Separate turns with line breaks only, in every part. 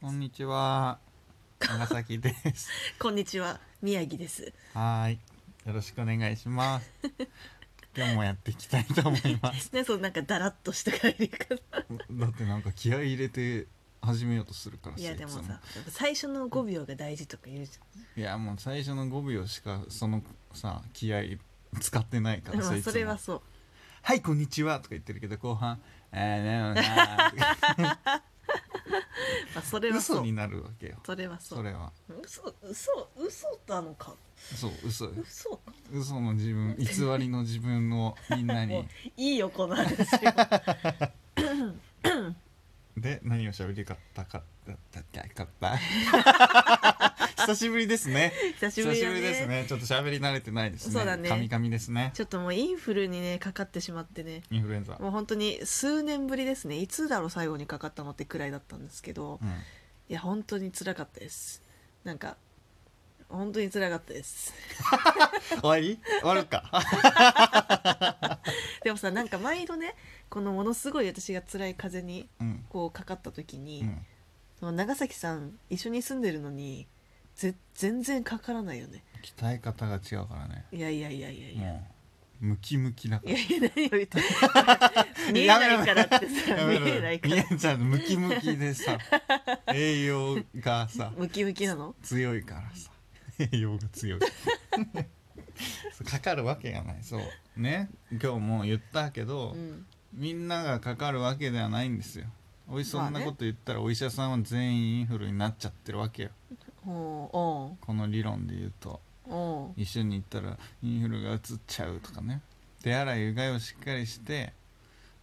こんにちは。長崎 です。
こんにちは宮城です
はーい。よろしくお願いします。今日もやっていきたいと思います。
ねそうなんかだらっとした帰り方
だってなんか気合い入れて始めようとするから
いやでもさ
いつ
やっぱ最初の5秒が大事とか言うじ
いやもう最初の5秒しかそのさ気合い使ってないか
ゃん
ら
ま
さ
あ
いつも
それはそう
はいこんにちは」とか言ってるけど後半「えー、でもな」とか
まあ それ
言って
はそ
嘘
う
になるわけよ
それはそう
それは
嘘嘘嘘なのか
そう嘘よ
嘘か
嘘の自分偽りの自分をみんな
もう
に
いいよこの 話は
で何を喋りかったかだっただったか った久しぶりですね
久しぶりだね
ですねちょっと喋り慣れてないですね
そうだね
カミカミですね
ちょっともうインフルにねかかってしまってね
インフルエンザ
もう本当に数年ぶりですねいつだろう最後にかかったのってくらいだったんですけど、
うん
いや本当に辛かったですなんか本当に辛かったです
終わり終わるか
でもさなんか毎度ねこのものすごい私が辛い風に
うん
こうかかった時に、
うん
その長崎さん一緒に住んでるのにぜ全然かからないよね
鍛え方が違うからね
いやいやいやいやいや、
もうムキムキだから
いやいや何を言ってん の 見えないからってさ
やめ
見
ろ
え
よ
ないか
み
ら
やちゃんムキムキで さ栄養がさ
ムキムキなの
強いからさ栄養が 強いそうかかるわけがないそうね今日も言ったけど、
うん
みんながかかるわけではないんですよおいそんなこと言ったらお医者さんは全員インフルになっちゃってるわけよ
お
この理論で言うと
うおうお
一緒に行ったらインフルがうつっちゃうとかね手洗いうがいをしっかりして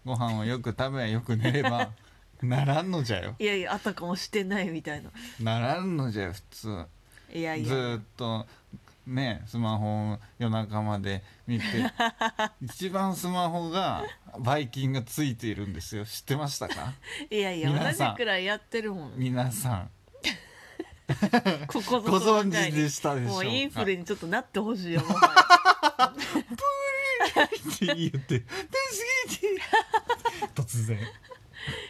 ご飯をよく食べよく寝れば ならんのじゃよ
ういやいやあたかもしてないみたいな
ならんのじゃよ普通
いやい
ず
や
ーっとねスマホを夜中まで見て 一番スマホがばい菌がついているんですよ知ってましたか
いやいや
皆
同
さん
じくらいやってるもん
皆さん
ここぞ
ご
とば
存
かり
知でしたでしょうか
もうインフルにちょっとなってほしいよもは
って言って大好きって 突然
や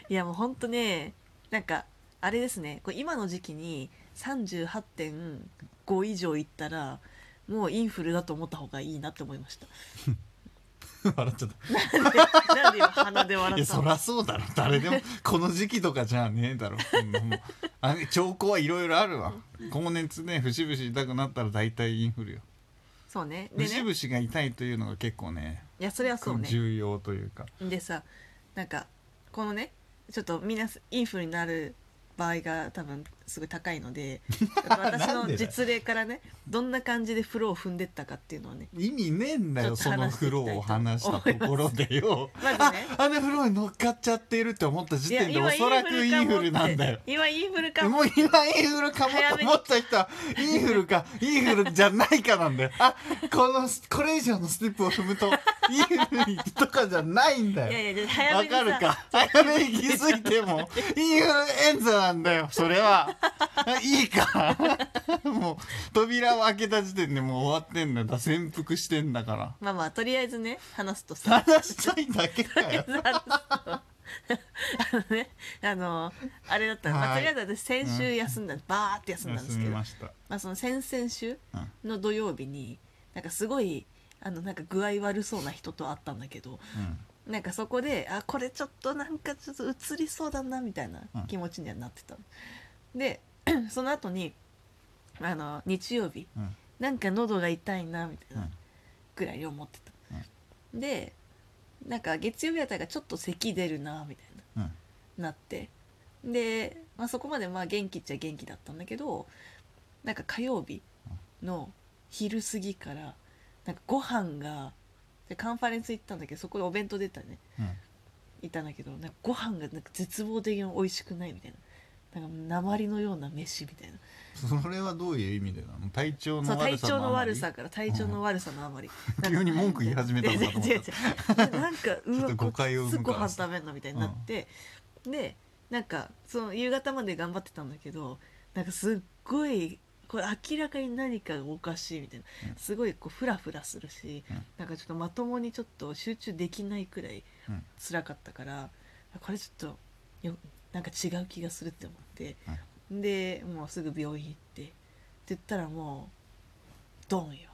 いやもうほんとねなんかあれですねこう今の時期に38.5以上いったらもうインフルだと思った方がいいなって思いました
笑っちゃった
なんで今鼻で
い
笑
や
った
そ
の
らそうだろ誰でもこの時期とかじゃねえだろそんなもうあ兆候はいろいろあるわ高熱で節々痛くなったら大体インフルよ
そうねで
節
ね
々が痛いというのが結構ね
いやそれはそうね
重要というか
でさなんかこのねちょっとみんなインフルになる場合が多分すごい高い ので私
なん
の
でだよ
実例からねどんな感じでフローを踏んでったかっていうのをね
意味ねえんだよ
ち
そ
ょっと
の
話し
フ
ていきた
ローを話したと
いと
ころでよ
まずね
ああのフローに乗っかっちゃっているって思った時点でおそらくインフルなんだよ
今インフルか
もう今インフルかもと思った人はインフルかインフルじゃないかなんだよあこのこれ以上のステップを踏むとインフルとかじゃないんだ
いや
よ
いや早め
わ
に
かる
さ
か早めに気づいてもインフルエンザなんだよそれはいいかもう扉を開けた時点でもう終わってんだよだ潜伏してんだから
まあまあとりあえずね話すとさ
話したいだけかよ
あのねあのあれだったら、まあ、
は
と
い
りあえず私先週休んだ、バーって休んだんですけどま
した
あその先々週の土曜日になんかすごいあのなんか具合悪そうな人と会ったんだけどなんかそこであこれちょっとなんかちょっと移りそうだなみたいな
うん
気持ちにはなってたの、で その後にあの日曜日
うん
なんか喉が痛いなみたい
うん
なぐらいに思ってた、でなんか月曜日あたりがちょっと咳出るなみたい
うんうん
ななってで、まあ、そこまでまあ元気っちゃ元気だったんだけどなんか火曜日の昼過ぎからなんかご飯がでカンファレンス行ったんだけどそこでお弁当出たね
うん
いたんだけどなんかご飯がなんか絶望的に美味しくないみたいななんか鉛のような飯みたいな
それはどういう意味でなの体調
そ
の
う
悪
体
さ
調
あ
の
まり
悪さから体調の悪さのあまり
うん 急に文句言い始めたのかと思った
たなんか う
ちょっ
わ
と誤解を
こい
生
つ
む
ご
から
飯食べんのみたいになって、でなんかその夕方まで頑張ってたんだけどなんかすっごいこれ明らかに何かがおかしいみたいな
うん
すごいこうフラフラするし、
うん
なんかちょっとまともにちょっと集中できないくらい
うん
辛かったから、これちょっとよなんか違う気がするって思って、でもうすぐ病院行ってって言ったらもうドンよ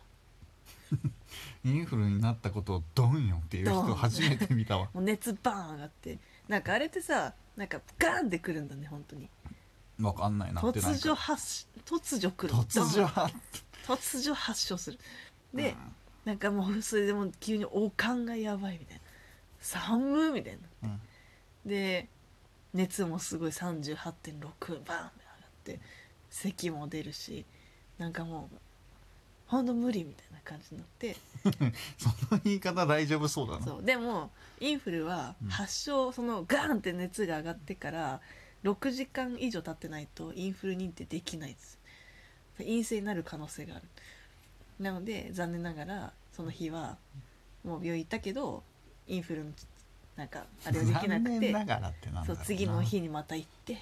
インフルになったことをドンよっていう
ド
人
ン
初めて見たわ
もう熱バーン上がってなんかあれってさなんかガーンってくるんだね本当に
わかんないなってな
突
い
如発し突如来る
突
ド
如
ン
発
突如発症するで、
うん
なんかもうそれでもう急におかんがやばいみたいな寒いみたいな
うん
で熱もすごい38.6バーン上がって咳も出るしなんかもうほんと無理みたいな感じになって
その言い方大丈夫そうだな
そうでもインフルは
うん
発症そのガーンって熱が上がってから6時間以上経ってないとインフル認定できないです陰性になる可能性があるなので残念ながらその日はもう病院行ったけどインフルのなんかあれはできな
残
く
念
て
ながらってなんだろ
そうう
な
次の、日にまた行って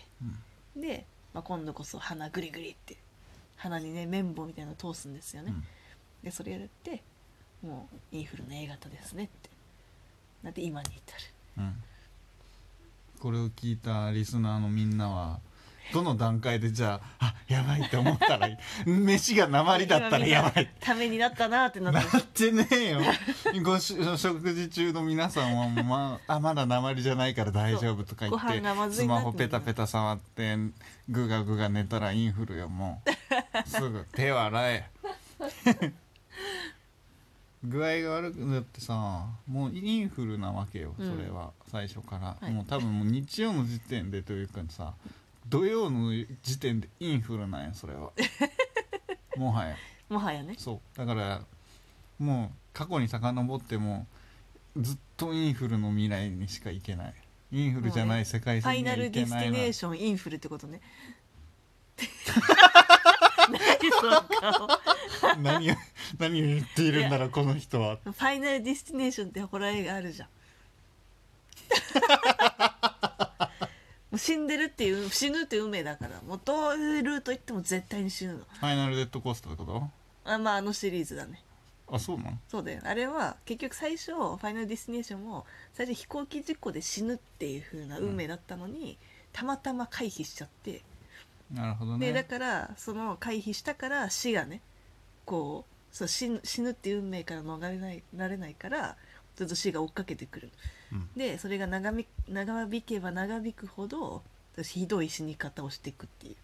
うん
で、まあ、今度こそ鼻グリグリって鼻にね綿棒みたいなの通すんですよ
う
ね、
ん
でそれやってもうインフルの A 型ですねってなって今に至る
うんこれを聞いたリスナーのみんなはどの段階でじゃああやばいって思ったらいい飯が鉛だったらやばい
ためになったなってなっ
な
て
ってねえよごし食事中の皆さんは、まあ、あまだ鉛じゃないから大丈夫とか言
そうご飯が
っ
ま
て
ず
ス
いな
マ
って
ホペタペタ触ってグガグガ寝たらインフルよもうすぐ手を洗え具合が悪くなってさもうインフルなわけよそ
うん
れは、最初から、
はい
もう多分もう日曜の時点でというかさ土曜の時点でインフルなんやそれ はもはや
もはやね
そうだからもう過去に遡ってもずっとインフルの未来にしか行けないインフルじゃない世界
ファ
線
イ
には
ナル
行
デ
け
ィス
な
テ
い
ィ
な
ネーションインフルってこ とね何その顔フ
何を何を言っているんだろうこの人は
ァイナルディスティネーションってホラー映画あ るじゃんもう死んでるっていう死ぬっていう運命だからもうどういうルート行っても絶対に死ぬの
ファイナルデッドコースターってこ
あまああのシリーズだね
とあそうなの
そうだよあれは結局最初「ファイナルディスティネーション」も最初飛行機事故で死ぬっていう風な運命だったのに、たまたま回避しちゃって
なるほど
でだ
ね
からその回避したから死がねこうそう死ぬ死ぬっていう運命から逃れないられないからずっと死が追っかけてくる、
うん
でそれが長み長引けば長引くほどひどい死に方をしていくっていう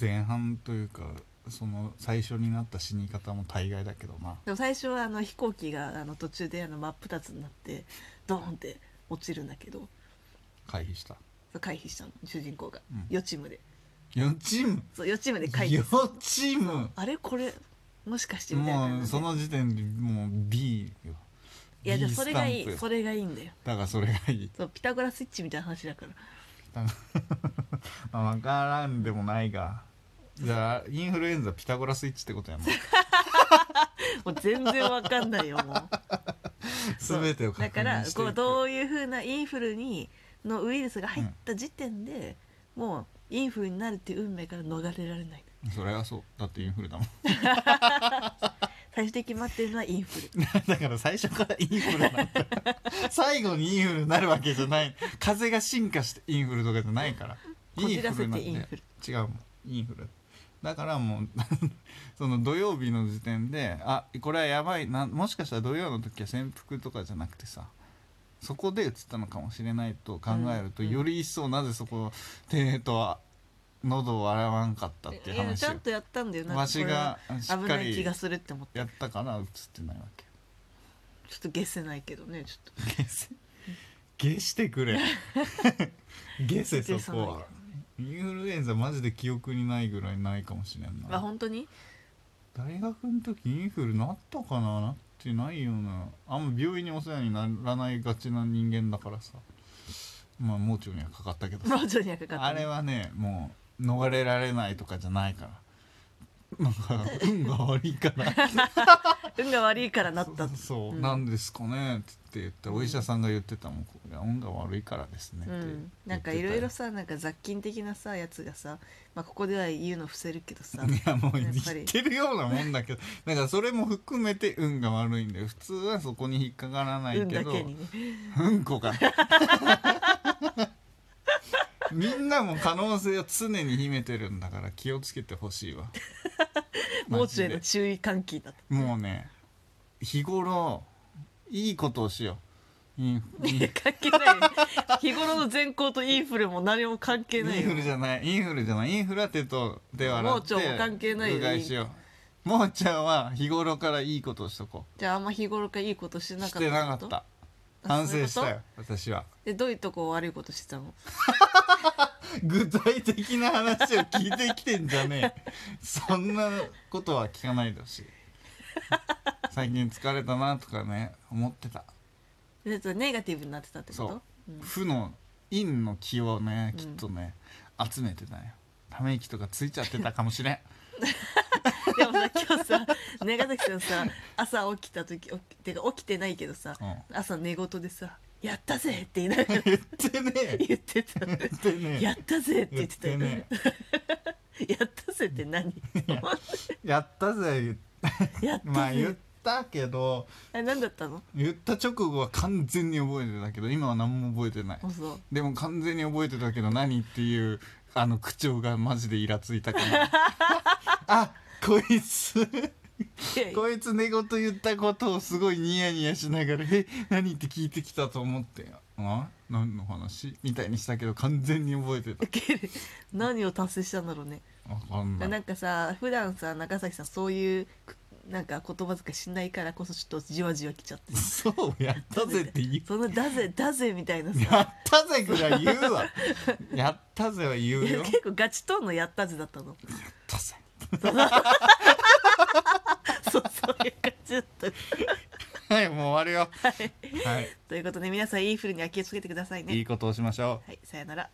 前半というかその最初になった死に方も大概だけどな
でも最初はあの飛行機があの途中であの真っ二つになってドーンって落ちるんだけど
回避した
回避したの主人公が、
うん
予知夢で
4チーム
そう予知夢で回避
4チーム
あれこれもしかしてみたいな
もうその時点でもう B よ
いやで
B
もそれがい
スタン
い
プ
それがいいんだよ
だからそれがいい
そうピタゴラスイッチみたいな話だから
まあ、分からんでもないがじゃあインフルエンザピタゴラスイッチって ことやもん
もう全然わかんないよもうそ う
全てを確認して
だからこう
う
どういうふうなインフルにのウイルスが入った時点で、もうインフルになるっていう運命から逃れられない
それはそうだってインフルだもん
最終的に待ってるのはインフル
だから最初からインフルなん だ最後にインフルになるわけじゃない風邪が進化してインフルとかじゃないから
こじらせて
イ
イ
ン
ン
フルなん
フル
て違うもんインフルだからもう その土曜日の時点であこれはやばいなもしかしたら土曜の時は潜伏とかじゃなくてさそこで移ったのかもしれないと考えると、
うんうん
より一層なぜそこ手とは喉を洗わんかったっていう
いや
話
ちゃ
よ
んとやったんだよなん
わ
か
しがし
こ
っ
れは危
か
ない気
り
がするって思って
やったから移ってないわけ
ちょっとゲせないけどねちょっと
ゲセゲしてく れゲセそこはインフルエンザマジで記憶にないぐらいないかもしれん
まあ
な
本当に
大学の時インフルなったかななってないようなあんま病院にお世話にならないがちな人間だからさまあ盲腸にはかかったけど
ロ
さ
ージョにはかかった
あれはねもう逃れられないとかじゃないからなんか運が悪いから
運が悪いからなった
そうそう、
うん
なんですかねって言って
うん
お医者さんが言ってたもん、これは運が悪いからですねって
う
言ってたよ、
ん、なんかいろいろさなんか雑菌的なさやつがさ、まあ、ここでは言うの伏せるけどさ
いやもう
や
言
っぱり
ってるようなもんだけどだからそれも含めて運が悪いんだよ普通はそこに引っかからない
運
け
だ
ど
けにね
うんこがみんなも可能性を常に秘めてるんだから気をつけてほしい わ
盲
マジ
腸への
で
注意喚起だっ
もうね日頃いいことをしようインフ
たいや関係 ないよ日頃の善行とインフルも何も関係な
イン
いよ
フルじゃないインフルじゃないインフラ手と手を洗って
盲腸も関係ないよ
うがいしようもーちゃんは日頃からいいことをしとこ
じゃああんま日頃からいいことして
う
なかっ
したてなか
こ
っ
と
た反
そういう
省
こ
し
と
たよ私は
でどういうとこ悪いことしてたの
具体的な話を聞いてきてんじゃねえそんなことは聞かないでほしい最近疲れたなとかね思ってた
でちょっとネガティブになってたってこ
そ
と
う
うん
負の陰の気をね
うん
きっとね、集めてたよため息とかついちゃってたかもし れん
でもさ今日さ長崎さんさ朝起きた時起きてか起きてないけどさ、
う
朝寝言でさ「やったぜ!」って言いながら
言ってねえ
言ってた
言ってねえ
やったぜって言ってたよ
言っ
ね。やったぜって何？
やったぜ
やっ
ま
た
あ言
ぜ
っ。たけど
え何だったの？
言った直後は完全に覚えてたけど今は何も覚えてない
もうそう。
でも完全に覚えてたけど何っていうあの口調がマジでイラついたから あこいつ
いやいや
こいつ寝言言ったことをすごいニヤニヤしながら「え何?」って聞いてきたと思って「あ何の話?」みたいにしたけど完全に覚えてた
何を達成したんだろうね。
分かんな
ないんかさ普段さ中崎さんそういうなんか言葉遣いしないからこそちょっとじわじわきちゃって。
そうやったぜって言
そのだぜだぜみたいな
う
さ。
やったぜぐらい言 うわやったぜは言う
い
よ
や
やっ
結構ガチトーンのやったぜだったの。
たぜ
そうそういう感じだった。
はいもう終わるよはい、
ということで皆さんインフルには気をつけてください
いい
ね。
ことをしましょう
はいさよなら。